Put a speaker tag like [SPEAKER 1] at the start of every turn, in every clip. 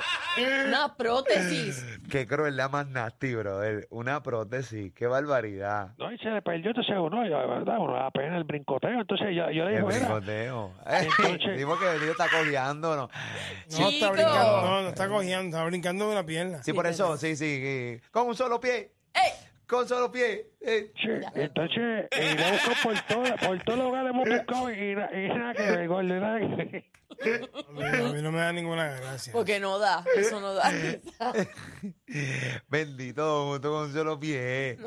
[SPEAKER 1] Una prótesis.
[SPEAKER 2] Qué crueldad más nasty, brother. Una prótesis, qué barbaridad.
[SPEAKER 3] No, y se le perdió, entonces uno, y la verdad, uno da pena el brincoteo. Entonces yo, yo le
[SPEAKER 2] El
[SPEAKER 3] digo, "Mira,
[SPEAKER 2] bricoteo.
[SPEAKER 3] Entonces-
[SPEAKER 2] Digo que el niño está cojeándonos.
[SPEAKER 4] No, está
[SPEAKER 2] No.
[SPEAKER 4] brincando. No, no está cogiendo, está brincando de una pierna.
[SPEAKER 2] Sí, por eso, sí, sí. que- Con un solo pie. Con solo pie. eh.
[SPEAKER 3] Sí, entonces, y lo he buscado por toda, por todo el hogar le hemos buscado y, na- y nada que ver, gordo, y nada que ver.
[SPEAKER 4] A mí no me da ninguna gracia.
[SPEAKER 1] Porque no da, eso no da.
[SPEAKER 2] Bendito, junto con un solo pie.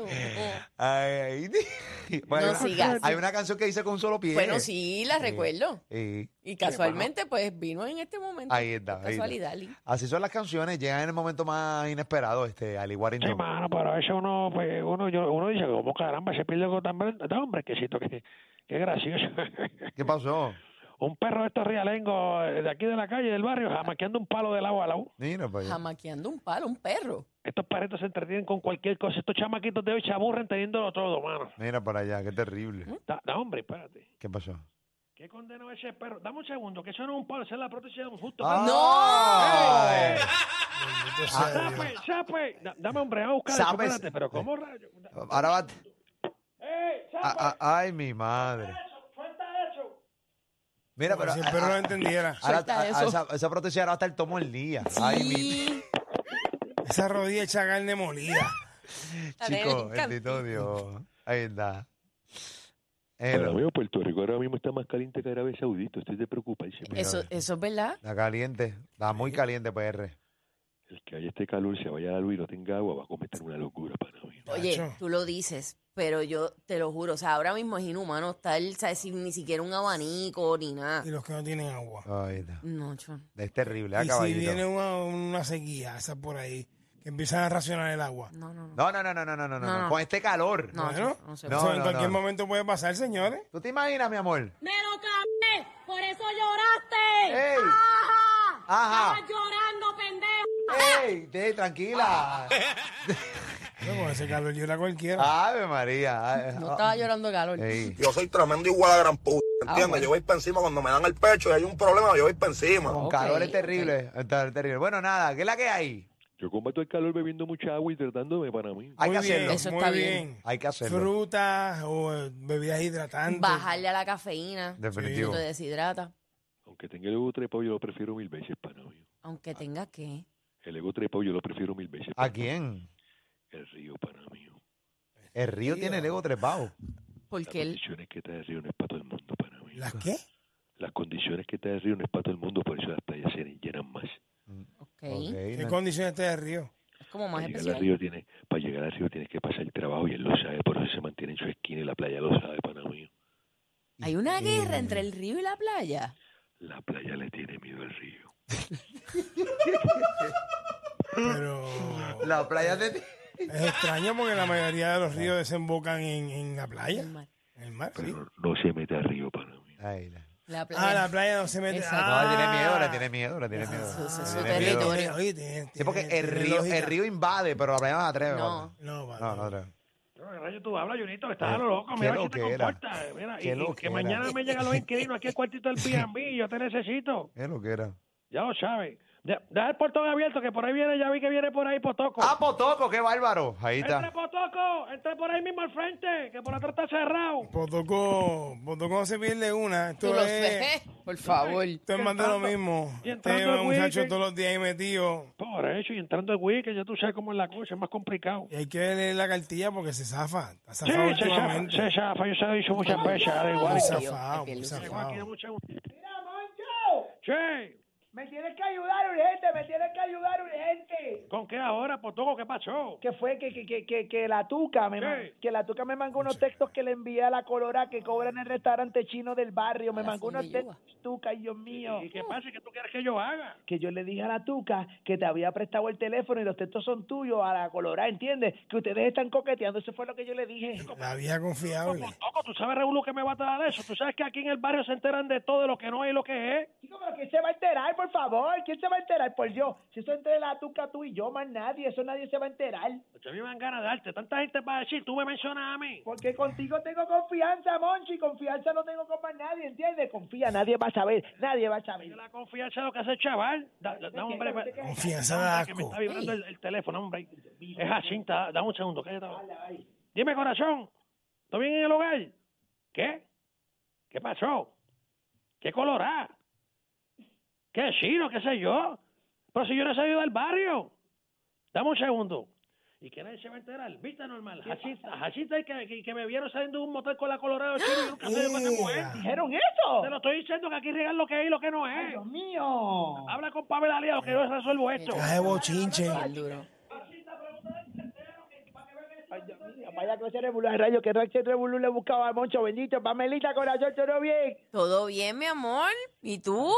[SPEAKER 2] Ay, ay. Bueno,
[SPEAKER 1] No
[SPEAKER 2] hay una-
[SPEAKER 1] sigas.
[SPEAKER 2] Hay una canción que dice con un solo pie.
[SPEAKER 1] Bueno, sí, la recuerdo.
[SPEAKER 2] Sí.
[SPEAKER 1] Y casualmente, pues vino en este momento.
[SPEAKER 2] Ahí está, ahí está.
[SPEAKER 1] Casualidad, Lee.
[SPEAKER 2] Así son las canciones, llegan en el momento más inesperado, este, Ali
[SPEAKER 3] Sí,
[SPEAKER 2] Warrington.
[SPEAKER 3] mano, pero a veces uno, pues, uno, yo, uno dice, como caramba, se pierde algo tan grande. No, hombre, que siento que, que gracioso.
[SPEAKER 2] ¿Qué pasó?
[SPEAKER 3] un perro de estos rialengos eh, de aquí de la calle, del barrio, jamaqueando un palo de lado a lado.
[SPEAKER 2] Mira, pues.
[SPEAKER 1] Jamaqueando un palo, un perro.
[SPEAKER 3] Estos perritos se entretienen con cualquier cosa. Estos chamaquitos de hoy se aburren teniéndolo todo, mano.
[SPEAKER 2] Mira para allá, qué
[SPEAKER 1] ¿Eh?
[SPEAKER 2] terrible.
[SPEAKER 3] Da, da, hombre, espérate.
[SPEAKER 2] ¿Qué pasó?
[SPEAKER 3] ¿Qué condena
[SPEAKER 2] Ah,
[SPEAKER 3] ese perro? Dame un segundo, que eso no es un palo, esa es la prótesis de un justo.
[SPEAKER 2] ¡Ay!
[SPEAKER 1] ¡No!
[SPEAKER 4] Bendito sea Dios.
[SPEAKER 3] ¡Sape, sape! Da- Dame hombre, vamos a buscar
[SPEAKER 2] Sape-
[SPEAKER 3] eso, espérate, pero ¿cómo
[SPEAKER 2] eh.
[SPEAKER 3] rayo?
[SPEAKER 2] Ahora va.
[SPEAKER 3] ¡Eh, sape!
[SPEAKER 2] a- a- ay, mi madre.
[SPEAKER 3] ¡Suelta eso!
[SPEAKER 2] Mira, pero.
[SPEAKER 4] Si espero
[SPEAKER 2] a-
[SPEAKER 4] lo
[SPEAKER 2] a-
[SPEAKER 4] entendiera.
[SPEAKER 2] ahora-
[SPEAKER 1] Suelta
[SPEAKER 2] a- a-
[SPEAKER 1] eso.
[SPEAKER 2] esa, esa prótesis ahora va a estar todo el día. Ay, mi.
[SPEAKER 1] Sí.
[SPEAKER 4] Esa rodilla hecha carne molida.
[SPEAKER 1] La nena le
[SPEAKER 2] Chico,
[SPEAKER 1] encanta.
[SPEAKER 2] bendito Dios. Ahí está. Eh,
[SPEAKER 5] Pero
[SPEAKER 2] Hello.
[SPEAKER 5] veo Puerto Rico ahora mismo está más caliente que Arabia Saudita. Usted se preocupa. Dice,
[SPEAKER 2] Mira,
[SPEAKER 1] Eso, eso es verdad.
[SPEAKER 2] Está caliente. Está muy caliente, PR.
[SPEAKER 5] el que haya este calor, se vaya a la luz y no tenga agua, va a cometer una locura para mí.
[SPEAKER 1] Oye,
[SPEAKER 4] Nacho.
[SPEAKER 1] tú lo dices, pero yo te lo juro, o sea, ahora mismo es inhumano estar, ¿sabes? Sin ni siquiera un abanico ni nada.
[SPEAKER 4] Y los que no tienen agua.
[SPEAKER 2] Ahí está.
[SPEAKER 1] No, chon.
[SPEAKER 2] Es terrible, ¿eh,
[SPEAKER 4] y si
[SPEAKER 2] caballito?
[SPEAKER 4] viene una, una sequía, esa por ahí, que empiezan a racionar el agua.
[SPEAKER 1] No, no, no.
[SPEAKER 2] No, no, no, no, no, no, no, no.
[SPEAKER 1] no.
[SPEAKER 2] Con este calor.
[SPEAKER 1] No,
[SPEAKER 4] Bueno,
[SPEAKER 1] chon, no se
[SPEAKER 2] no.
[SPEAKER 4] eso en cualquier momento puede pasar, señores.
[SPEAKER 2] ¿Tú te imaginas, mi amor?
[SPEAKER 6] Me lo cambié, por eso lloraste.
[SPEAKER 2] ¡Ey!
[SPEAKER 6] Ajá.
[SPEAKER 2] Ajá.
[SPEAKER 6] Estabas llorando, pendejo.
[SPEAKER 2] ¡Ey! te- tranquila.
[SPEAKER 4] Bueno, con ese calor llora cualquiera.
[SPEAKER 2] Ave María. Ay,
[SPEAKER 1] No
[SPEAKER 2] ah,
[SPEAKER 1] estaba llorando calor.
[SPEAKER 2] ey.
[SPEAKER 7] Yo soy tremendo igual a gran puta, ¿entiendes?
[SPEAKER 1] bueno.
[SPEAKER 7] Yo voy para encima cuando me dan el pecho y hay un problema, yo voy para encima.
[SPEAKER 2] Con
[SPEAKER 1] Ok,
[SPEAKER 2] calor es terrible. Está terrible. Bueno, nada, ¿qué es la que hay?
[SPEAKER 5] Yo combato el calor bebiendo mucha agua y tratándome para mí.
[SPEAKER 2] Hay que
[SPEAKER 4] Muy bien,
[SPEAKER 2] hacerlo.
[SPEAKER 1] Eso
[SPEAKER 4] muy
[SPEAKER 1] está
[SPEAKER 4] bien.
[SPEAKER 1] bien.
[SPEAKER 2] Hay que hacerlo.
[SPEAKER 4] Frutas o eh, bebidas hidratantes.
[SPEAKER 1] Bajarle a la cafeína.
[SPEAKER 2] Definitivo.
[SPEAKER 1] Te deshidrata.
[SPEAKER 5] Aunque tenga el ego trepado, yo lo prefiero mil veces para mí.
[SPEAKER 4] Ah.
[SPEAKER 1] Aunque tenga que.
[SPEAKER 5] El ego trepado, yo lo prefiero mil veces.
[SPEAKER 2] ¿A
[SPEAKER 5] pana
[SPEAKER 2] quién?
[SPEAKER 5] mío. El río para mí.
[SPEAKER 2] El río tiene el ego trepado.
[SPEAKER 5] Las
[SPEAKER 1] Porque él.
[SPEAKER 5] condiciones que está el río no es para todo el mundo para mí.
[SPEAKER 4] ¿Las qué?
[SPEAKER 5] Las condiciones que está el río no es para todo el mundo, por eso las playas se llenan más.
[SPEAKER 2] Ok,
[SPEAKER 1] Ok.
[SPEAKER 4] ¿Qué
[SPEAKER 2] no-
[SPEAKER 4] condiciones está de río?
[SPEAKER 1] Es como más
[SPEAKER 5] Para llegar, al
[SPEAKER 1] especial.
[SPEAKER 5] río tiene, para llegar al río tienes que pasar el trabajo y él lo sabe, por eso se mantiene en su esquina y la playa lo sabe, para mí.
[SPEAKER 1] Hay una guerra entre el río y la playa.
[SPEAKER 5] La playa le tiene miedo al río.
[SPEAKER 4] Pero
[SPEAKER 2] La playa de...
[SPEAKER 4] es extraño porque la mayoría de los ríos desembocan en, en la playa,
[SPEAKER 1] El mar.
[SPEAKER 4] en el mar. sí.
[SPEAKER 5] Pero no se mete al río, para mí.
[SPEAKER 2] Ahí la-
[SPEAKER 1] La playa.
[SPEAKER 4] Ah, la playa no se mete.
[SPEAKER 1] Exacto.
[SPEAKER 2] No, le
[SPEAKER 4] Ah.
[SPEAKER 2] tiene miedo, le tiene miedo, le tiene miedo.
[SPEAKER 1] Eso es
[SPEAKER 2] Le
[SPEAKER 1] su
[SPEAKER 2] tiene miedo.
[SPEAKER 1] territorio.
[SPEAKER 4] Oye, tiene-
[SPEAKER 2] Sí, porque
[SPEAKER 4] tiene-
[SPEAKER 2] el
[SPEAKER 4] tiene
[SPEAKER 2] río,
[SPEAKER 4] lógica.
[SPEAKER 2] el río invade, pero la playa no se atreve.
[SPEAKER 1] No.
[SPEAKER 4] No, va,
[SPEAKER 2] No,
[SPEAKER 4] no.
[SPEAKER 2] no, no.
[SPEAKER 3] Rayo, tú habla, Junito, que estás a
[SPEAKER 2] Eh,
[SPEAKER 3] lo loco.
[SPEAKER 2] qué
[SPEAKER 3] Mira, si te
[SPEAKER 2] loquera.
[SPEAKER 3] comportas. Mira, y-
[SPEAKER 2] Qué
[SPEAKER 3] y
[SPEAKER 2] loquera.
[SPEAKER 3] que mañana me llegan los inquilinos aquí al cuartito del B&B. Yo te necesito.
[SPEAKER 2] Es lo que era.
[SPEAKER 3] Ya lo sabes. De- Deja el portón abierto, que por ahí viene, ya vi que viene por ahí Potoco.
[SPEAKER 2] ¡Ah, Potoco! ¡Qué bárbaro! Ahí
[SPEAKER 3] ¡Entre
[SPEAKER 2] está.
[SPEAKER 3] Potoco! ¡Entre por ahí mismo al frente! ¡Que por atrás está cerrado!
[SPEAKER 4] Potoco, Potoco no se pierde una.
[SPEAKER 1] Tú
[SPEAKER 4] Esto
[SPEAKER 1] lo
[SPEAKER 4] es,
[SPEAKER 1] sabes. Por favor.
[SPEAKER 4] esto es más de lo
[SPEAKER 3] Entrando-
[SPEAKER 4] mismo.
[SPEAKER 3] y
[SPEAKER 4] Este
[SPEAKER 3] entrando el
[SPEAKER 4] muchacho
[SPEAKER 3] weekend.
[SPEAKER 4] todos los días ahí metido.
[SPEAKER 3] Por eso, y entrando el weekend, ya tú sabes cómo es la cosa, es más complicado.
[SPEAKER 4] Y hay que leer la cartilla porque se zafa. Está
[SPEAKER 3] Sí,
[SPEAKER 4] zafado
[SPEAKER 3] se zafa,
[SPEAKER 4] últimamente.
[SPEAKER 3] se zafa, yo se lo he dicho muchas veces, ahora igual.
[SPEAKER 4] Muy
[SPEAKER 1] Ay, Dios,
[SPEAKER 4] zafado,
[SPEAKER 1] qué
[SPEAKER 4] muy
[SPEAKER 1] pelusa.
[SPEAKER 3] Llegó aquí de
[SPEAKER 4] zafado.
[SPEAKER 3] mucha... ¡Mira, Moncho! ¡Sí!
[SPEAKER 8] Me tienes que ayudar urgente, me tienes que ayudar urgente.
[SPEAKER 3] ¿Con qué ahora, Potoco? ¿Qué pasó?
[SPEAKER 8] Que fue que, que, que, que, que la tuca me man-
[SPEAKER 3] Sí.
[SPEAKER 8] que la tuca me mangó unos textos que le envié a la colora que cobra en el restaurante chino del barrio. Me
[SPEAKER 1] Ahora
[SPEAKER 8] mangó
[SPEAKER 1] sí me
[SPEAKER 8] unos
[SPEAKER 1] ayuda.
[SPEAKER 8] textos tuca, ay, Dios mío.
[SPEAKER 3] ¿Y qué pasa? ¿Qué tú quieres que yo haga?
[SPEAKER 8] Que yo le dije a la tuca que te había prestado el teléfono y los textos son tuyos a la colora, ¿entiendes? Que ustedes están coqueteando, eso fue lo que yo le dije.
[SPEAKER 4] La vieja confiable.
[SPEAKER 3] Potoco, ¿tú sabes, Regulo, que me va a dar eso? ¿Tú sabes que aquí en el barrio se enteran de todo, de lo que no es y lo que es?
[SPEAKER 8] Chico, pero ¿quién se va a enterar, por favor? ¿Quién se va a enterar? Por Dios, si eso entre la tuca, tú y yo, más nadie, eso nadie se va a enterar.
[SPEAKER 3] Porque a mí me dan ganas de darte. Tanta gente para decir, tú me mencionas a mí.
[SPEAKER 8] Porque contigo tengo confianza, Monchi. Confianza no tengo con más nadie, ¿entiendes? Confía, nadie va a saber. Nadie va a saber.
[SPEAKER 3] La confianza es lo que hace el chaval. Da, da- dame un break,
[SPEAKER 8] ¿Qué? ¿Qué?
[SPEAKER 4] Confianza
[SPEAKER 3] dame un
[SPEAKER 4] da
[SPEAKER 3] break, que me
[SPEAKER 4] asco.
[SPEAKER 3] está vibrando el, el teléfono, hombre. Es Jacinta, da- dame un segundo. cállate. Dime, corazón, ¿estás bien en el hogar? ¿Qué? ¿Qué pasó? ¿Qué colorá? ¿Qué chino? ¿Qué sé yo? Pero si yo no he salido del barrio. Dame un segundo. ¿Y qué nadie se va a enterar? Vista normal. Jacinta, Jacinta y que, que, que me vieron saliendo de un motel con la colorada chino y nunca se me mujer.
[SPEAKER 8] ¿Dijeron eso?
[SPEAKER 3] Te lo estoy diciendo que aquí regalan lo que es y lo que no es.
[SPEAKER 8] Dios mío.
[SPEAKER 3] Habla con Pablo Alía, lo que yo resuelvo esto.
[SPEAKER 4] Cae bochinche.
[SPEAKER 1] El duro.
[SPEAKER 8] Ay, Dios mío, Vaya que ese rebulú, ay, rayo, que no ese rebulú le buscaba a Moncho. Bendito, Pamelita, corazón, todo bien.
[SPEAKER 1] Todo bien, mi amor. ¿Y tú?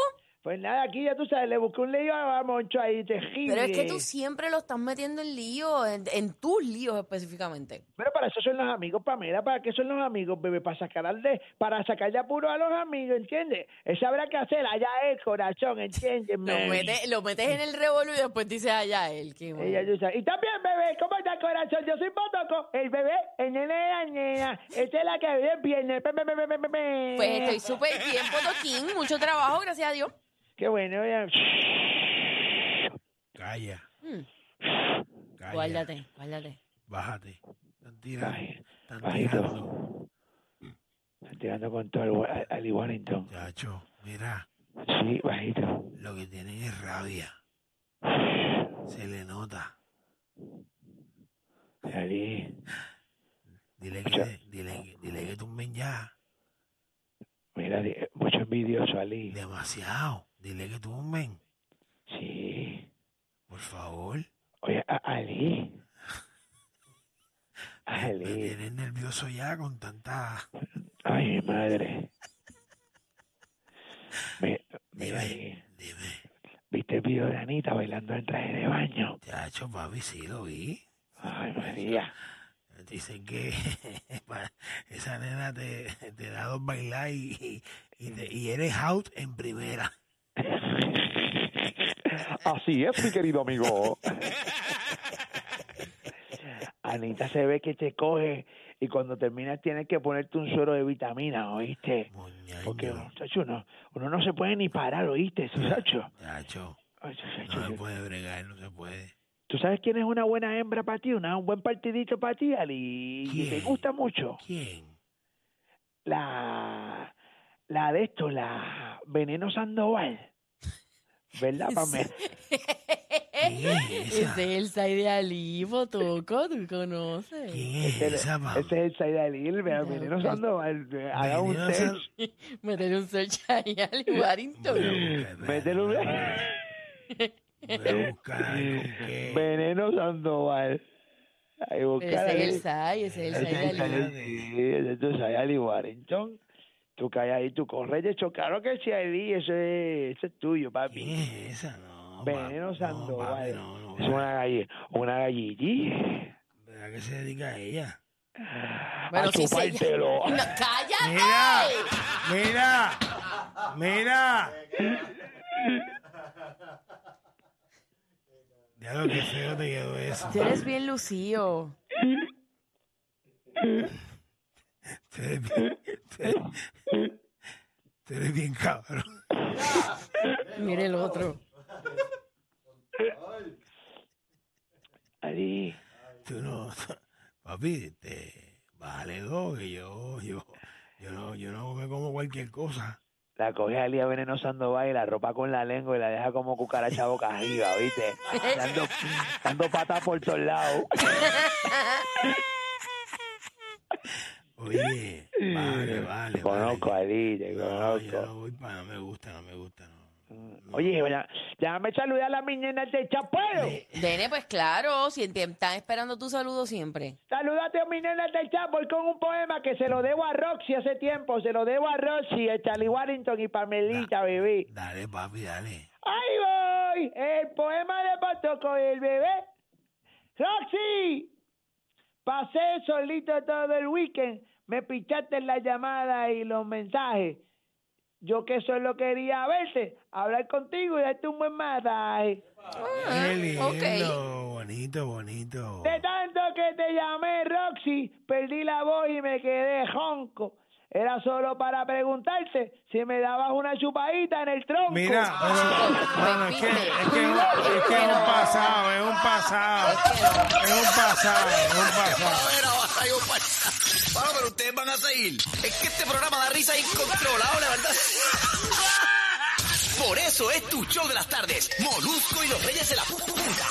[SPEAKER 8] Pues nada, aquí ya tú sabes, le busqué un lío a Moncho ahí, terrible.
[SPEAKER 1] Pero es que tú siempre lo estás metiendo en líos, en, en tus líos específicamente.
[SPEAKER 8] Pero para eso son los amigos, Pamela, ¿para qué son los amigos, bebé? Para sacar al de, para sacar de apuro a los amigos, ¿entiendes? Eso habrá que hacer, allá es corazón, ¿entiendes?
[SPEAKER 1] Lo,
[SPEAKER 8] man?
[SPEAKER 1] metes- lo metes en el revolú y después dices allá él. Qué mal.
[SPEAKER 8] Ella yo sabe. Y también, bebé, ¿cómo está corazón? Yo soy Potoco, el bebé, el nene de la nena. Esta es la que vive el viernes. Pe, pe, pe, pe, pe, pe, pe.
[SPEAKER 1] Pues estoy súper bien, Potoquín. Mucho trabajo, gracias a Dios.
[SPEAKER 8] Qué bueno. ya.
[SPEAKER 4] Calla. Calla.
[SPEAKER 1] Mm. Guárdate, guárdate.
[SPEAKER 4] Bájate. Están tirando. Están
[SPEAKER 8] bajito.
[SPEAKER 4] tirando.
[SPEAKER 8] Están tirando con todo el wa- al, al Wellington.
[SPEAKER 4] Chacho, mira,
[SPEAKER 8] Sí, bajito.
[SPEAKER 4] lo que tienen es rabia. Se le nota.
[SPEAKER 8] Salí.
[SPEAKER 4] Dile que, te- dile, que- dile que tumben ya.
[SPEAKER 8] Mira, di- mucho envidioso, Ali.
[SPEAKER 4] Demasiado. Dile que tumben.
[SPEAKER 8] Sí.
[SPEAKER 4] Por favor.
[SPEAKER 8] Oye, a- Ali.
[SPEAKER 4] Me
[SPEAKER 8] Ali.
[SPEAKER 4] tienes nervioso ya con tanta.
[SPEAKER 8] Ay, mi madre. Mi- mira, Ali.
[SPEAKER 4] Dime, dime.
[SPEAKER 8] ¿Viste el video de Anita bailando en traje de baño?
[SPEAKER 4] Chacho, papi, sí lo vi.
[SPEAKER 8] Ay, María.
[SPEAKER 4] Dicen que pa- esa nena te, te da dos bailar y, y, te- y eres out en primera.
[SPEAKER 8] Así es, mi querido amigo. Anita se ve que te coge y cuando terminas tienes que ponerte un suero de vitamina, ¿oíste?
[SPEAKER 4] Muñeño.
[SPEAKER 8] Porque, muchacho, uno, uno no se puede ni parar, ¿oíste, muchacho?
[SPEAKER 4] Chacho,
[SPEAKER 8] Ay, muchacho,
[SPEAKER 4] no se
[SPEAKER 8] yo-
[SPEAKER 4] puede bregar, no se puede.
[SPEAKER 8] ¿Tú sabes quién es una buena hembra para ti? Una, un buen partidito para ti, Ali. Y te
[SPEAKER 4] ¿Quién?
[SPEAKER 8] gusta mucho.
[SPEAKER 4] ¿Quién?
[SPEAKER 8] La, la de esto, la Veneno Sandoval. ¿Verdad, Pamela?
[SPEAKER 4] ¿Quién es
[SPEAKER 1] Ese es
[SPEAKER 4] esa?
[SPEAKER 1] el side de Ali, Fotoco, tú conoces.
[SPEAKER 4] ¿Quién es
[SPEAKER 8] Ese-
[SPEAKER 4] esa, papi?
[SPEAKER 8] Ese es el Said Alil, vea, Veneno
[SPEAKER 1] ok.
[SPEAKER 8] Sandoval, eh, haga un
[SPEAKER 4] Ah. Veneno
[SPEAKER 8] test,
[SPEAKER 4] Sandoval.
[SPEAKER 1] Métele un search ahí a
[SPEAKER 4] Eh,
[SPEAKER 1] Ali Warrington.
[SPEAKER 8] mételo un-
[SPEAKER 4] Voy a buscar a ver con qué.
[SPEAKER 8] Veneno Sandoval. Ahí
[SPEAKER 1] Ese
[SPEAKER 8] buscar
[SPEAKER 1] es el
[SPEAKER 8] ahí.
[SPEAKER 1] side, ese es el
[SPEAKER 8] Ese
[SPEAKER 1] side
[SPEAKER 8] es
[SPEAKER 1] de Ali.
[SPEAKER 8] el Said Alil, Said Alil Warrington. Tú caes ahí, tú corres de chocar, claro que sí, Ali, eso es, eso es
[SPEAKER 4] ¿Quién
[SPEAKER 8] tuyo, papi.
[SPEAKER 4] es esa? No,
[SPEAKER 8] Veneno
[SPEAKER 4] papi, no, papi,
[SPEAKER 8] Sandoval.
[SPEAKER 4] no, no,
[SPEAKER 8] Es una gallina, una gallina.
[SPEAKER 4] ¿Verdad que se dedica a ella?
[SPEAKER 1] Bueno, sí, se...
[SPEAKER 8] chupártelo.
[SPEAKER 1] No, ¡Cállate!
[SPEAKER 4] Mira, mira, mira. Ya lo que feo te quedó eso.
[SPEAKER 1] Tú eres bien lucido.
[SPEAKER 4] Tú eres bien, tú eres- tú eres bien cabrón.
[SPEAKER 1] Mira el otro.
[SPEAKER 8] Ali,
[SPEAKER 4] Tú no, papi, te, bájale dos, que yo, yo, yo no, yo no me como cualquier cosa.
[SPEAKER 8] la coge Ali a Veneno Sandoval y la ropa con la lengua y la deja como cucaracha boca arriba, ¿viste? Dando, dando patas por todos lados.
[SPEAKER 4] Oye, vale, vale.
[SPEAKER 8] Conozco a Ali, te
[SPEAKER 4] No, yo
[SPEAKER 8] conozco.
[SPEAKER 4] no voy para, no me gusta, no me gusta, no.
[SPEAKER 8] Oye, ya, déjame saludar a la mi nena de Chapero.
[SPEAKER 1] Dene, pues claro, si te están esperando tu saludo siempre.
[SPEAKER 8] Saludate a mi nena del Chapo y con un poema que se lo debo a Roxy hace tiempo. Se lo debo a Roxy, a Charlie Warrington y Pamelita, bebé.
[SPEAKER 4] Dale, papi, dale.
[SPEAKER 8] ¡Ahí voy! El poema de Patoco y el bebé. ¡Roxy! Pasé solito todo el weekend. Me pichaste en la llamada y los mensajes. Yo que solo quería verte, hablar contigo y darte un buen masaje.
[SPEAKER 4] Qué lindo,
[SPEAKER 1] ok.
[SPEAKER 4] bonito, bonito.
[SPEAKER 8] De tanto que te llamé, Roxy, perdí la voz y me quedé jonco. Era solo para preguntarte si me dabas una chupadita en el tronco.
[SPEAKER 4] Mira, pero, bueno, es que, es que, es un- es que es un pasado, es un pasado, es un pasado, es un pasado.
[SPEAKER 9] Era baja y un pa- Bueno, pero ustedes van a seguir. Es que este programa da risa incontrolable, ¿verdad? Por eso es tu show de las tardes. Molusco y los Reyes de la Punta.